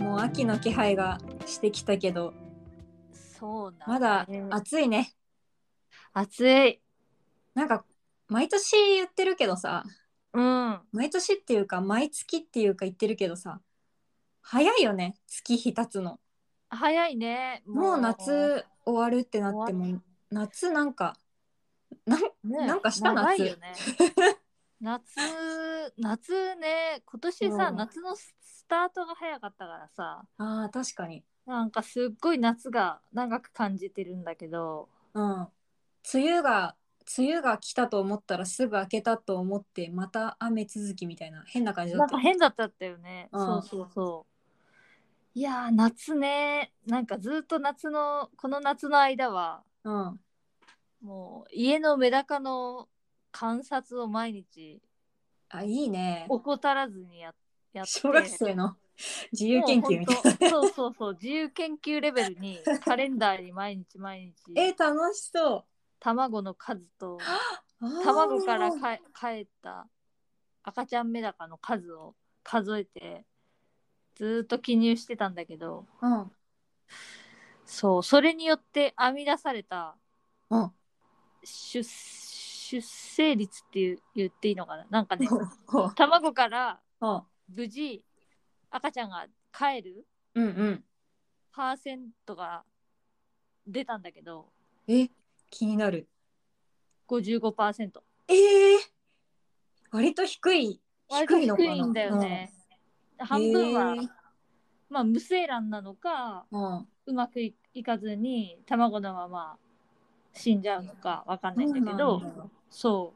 もう秋の気配がしてきたけど、そうだ、ね、まだ暑いね。暑い。なんか毎年言ってるけどさ、うん。毎年っていうか毎月っていうか言ってるけどさ、早いよね。月日経つの。早いね。もう夏終わるってなって終も夏なんかなん ねなんかした夏長いよね 夏夏ね今年さ、うん夏のススタートが早かったからさあー確かになんかすっごい夏が長く感じてるんだけどうん梅雨が梅雨が来たと思ったらすぐ明けたと思ってまた雨続きみたいな変な感じだなっんたか変だったったよね、うんそうそうそういやー夏ねなんかずっと夏のこの夏の間はうんもう家のメダカの観察を毎日あいいね 怠らずにややって小学生の自由研究みたいもうほんとそうそうそう自由研究レベル にカレンダーに毎日毎なえ日楽しそう卵の数 とあー卵からかえかえった赤ちゃんメダカの数を数えてずーっと記入してたんだけどうんそうそれによって編み出されたうん出出生率っていう言っていいのかななん かねほうほう卵からほう無事赤ちゃんが帰るうんうんパーセントが出たんだけどえ気になる55%えー、割と低い割と低いのか低ないんだよね、半分は、まあ、無精卵なのかうんうんうまくいいかずに卵のまま死んじゃうのかわかんないんだけそどうなんだそ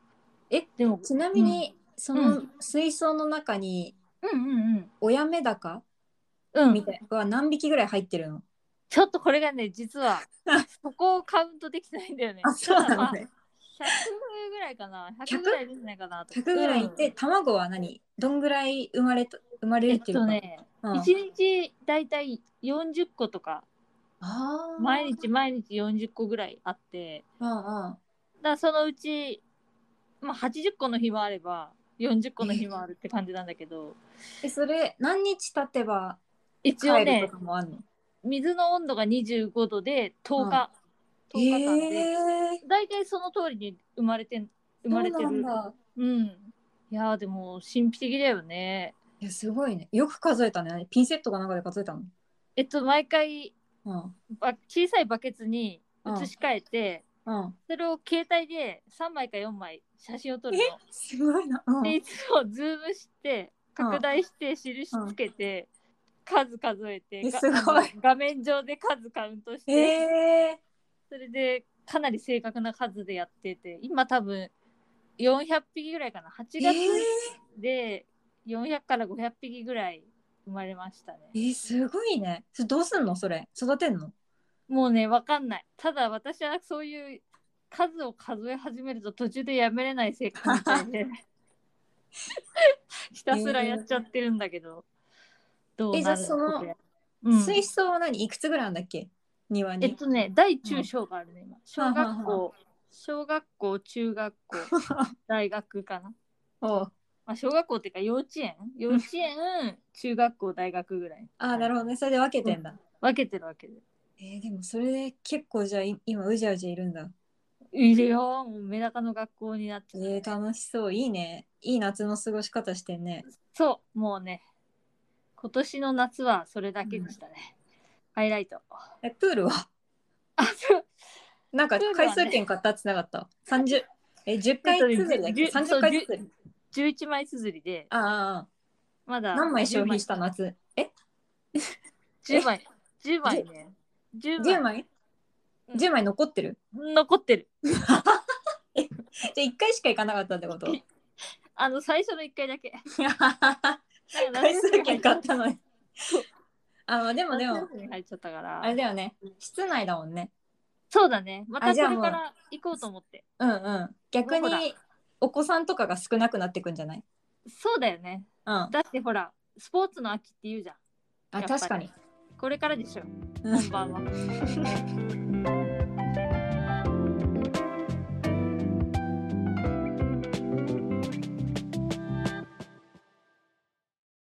うえでもちなみに、その水槽の中にうんうん親メダカうんうみんたいは何匹ぐらい入ってるの、ちょっとこれがね 実はそこをカウントできてないんだよねあそうなのただねまあ100ぐらいかな100ぐらい出てないかなと100ぐらいいて、卵は何どんぐらい生まれた生まうんれえるっっていうか、とね、うん一日だいたい40個とかあー毎日毎日40個ぐらいあってうんうんだからそのうち、まあ、80個の日もあれば40個の日もあるって感じなんだけど、えそれ何日経てば一応帰るねとかもあるの水の温度が25度で10日、え10日間で、え大体その通りに生まれてん生ー、そまうれてなんるだうんいやーでも神秘的だよねいやすごいねよく数えたねピンセットかなんかで数えたのえっと毎回うんば小さいバケツにうん移し替えうんて、それを携帯で3枚か4枚写真を撮るの。すごいな、うん、でいつもズームしてうん拡大して印つけて、数数えてえがすごいあの画面上で数カウントして、えー、それでかなり正確な数でやってて今多分400匹ぐらいかな8え月で400から500匹ぐらい生まれましたね、えーすごいねそれどうすんのそれ育てんのもうねわかんないただ私はそういう数を数え始めると途中でやめれない生活みたいで ひたすらやっちゃってるんだけど、どうなるえじゃあそのこれうん水槽は何いくつぐらいあるんだっけ庭に。えっとね大中小があるね今小学はあはあ校小学校中学校 大学かな、おうまあ、小学校っていうか幼稚 園幼稚園中学校大学ぐらいああなるほどねそれで分けてんだ。分けてるわけでえーでもそれで結構じゃあい今うじゃうじゃいるんだ。いるよもうメダカの学校になっちゃって、えー、楽しそういいねいい夏の過ごし方してんね。そう、もうね、今年の夏はそれだけでしたね。ハイライト。えプールはあ、そう。なんかプールは回ね数券買ったっつなかった。三十え十回えっとねつづりだっけじゅ三そ十う回つづり。 11枚綴りで、あああまあだ。何枚消費した夏？え ?10 枚。10枚ね。十10枚。枚う？ん十枚残ってる？残ってる。じゃあ一回しか行かなかったってこと？あの、最初の1回だけ。 回数券買ったの。のに。あまあでも夏でも休みに入っちゃったかあれら。だよね室内だもんね。そうだね。またあこじゃれあもうから行こうと思って。うんうん、逆ほらにお子さんとかが少なくなってくんじゃない、そうだよね。うん、あだってほら、スポーツの秋って言うじゃん。やっぱり確かに。これからでしょ、うん本番は。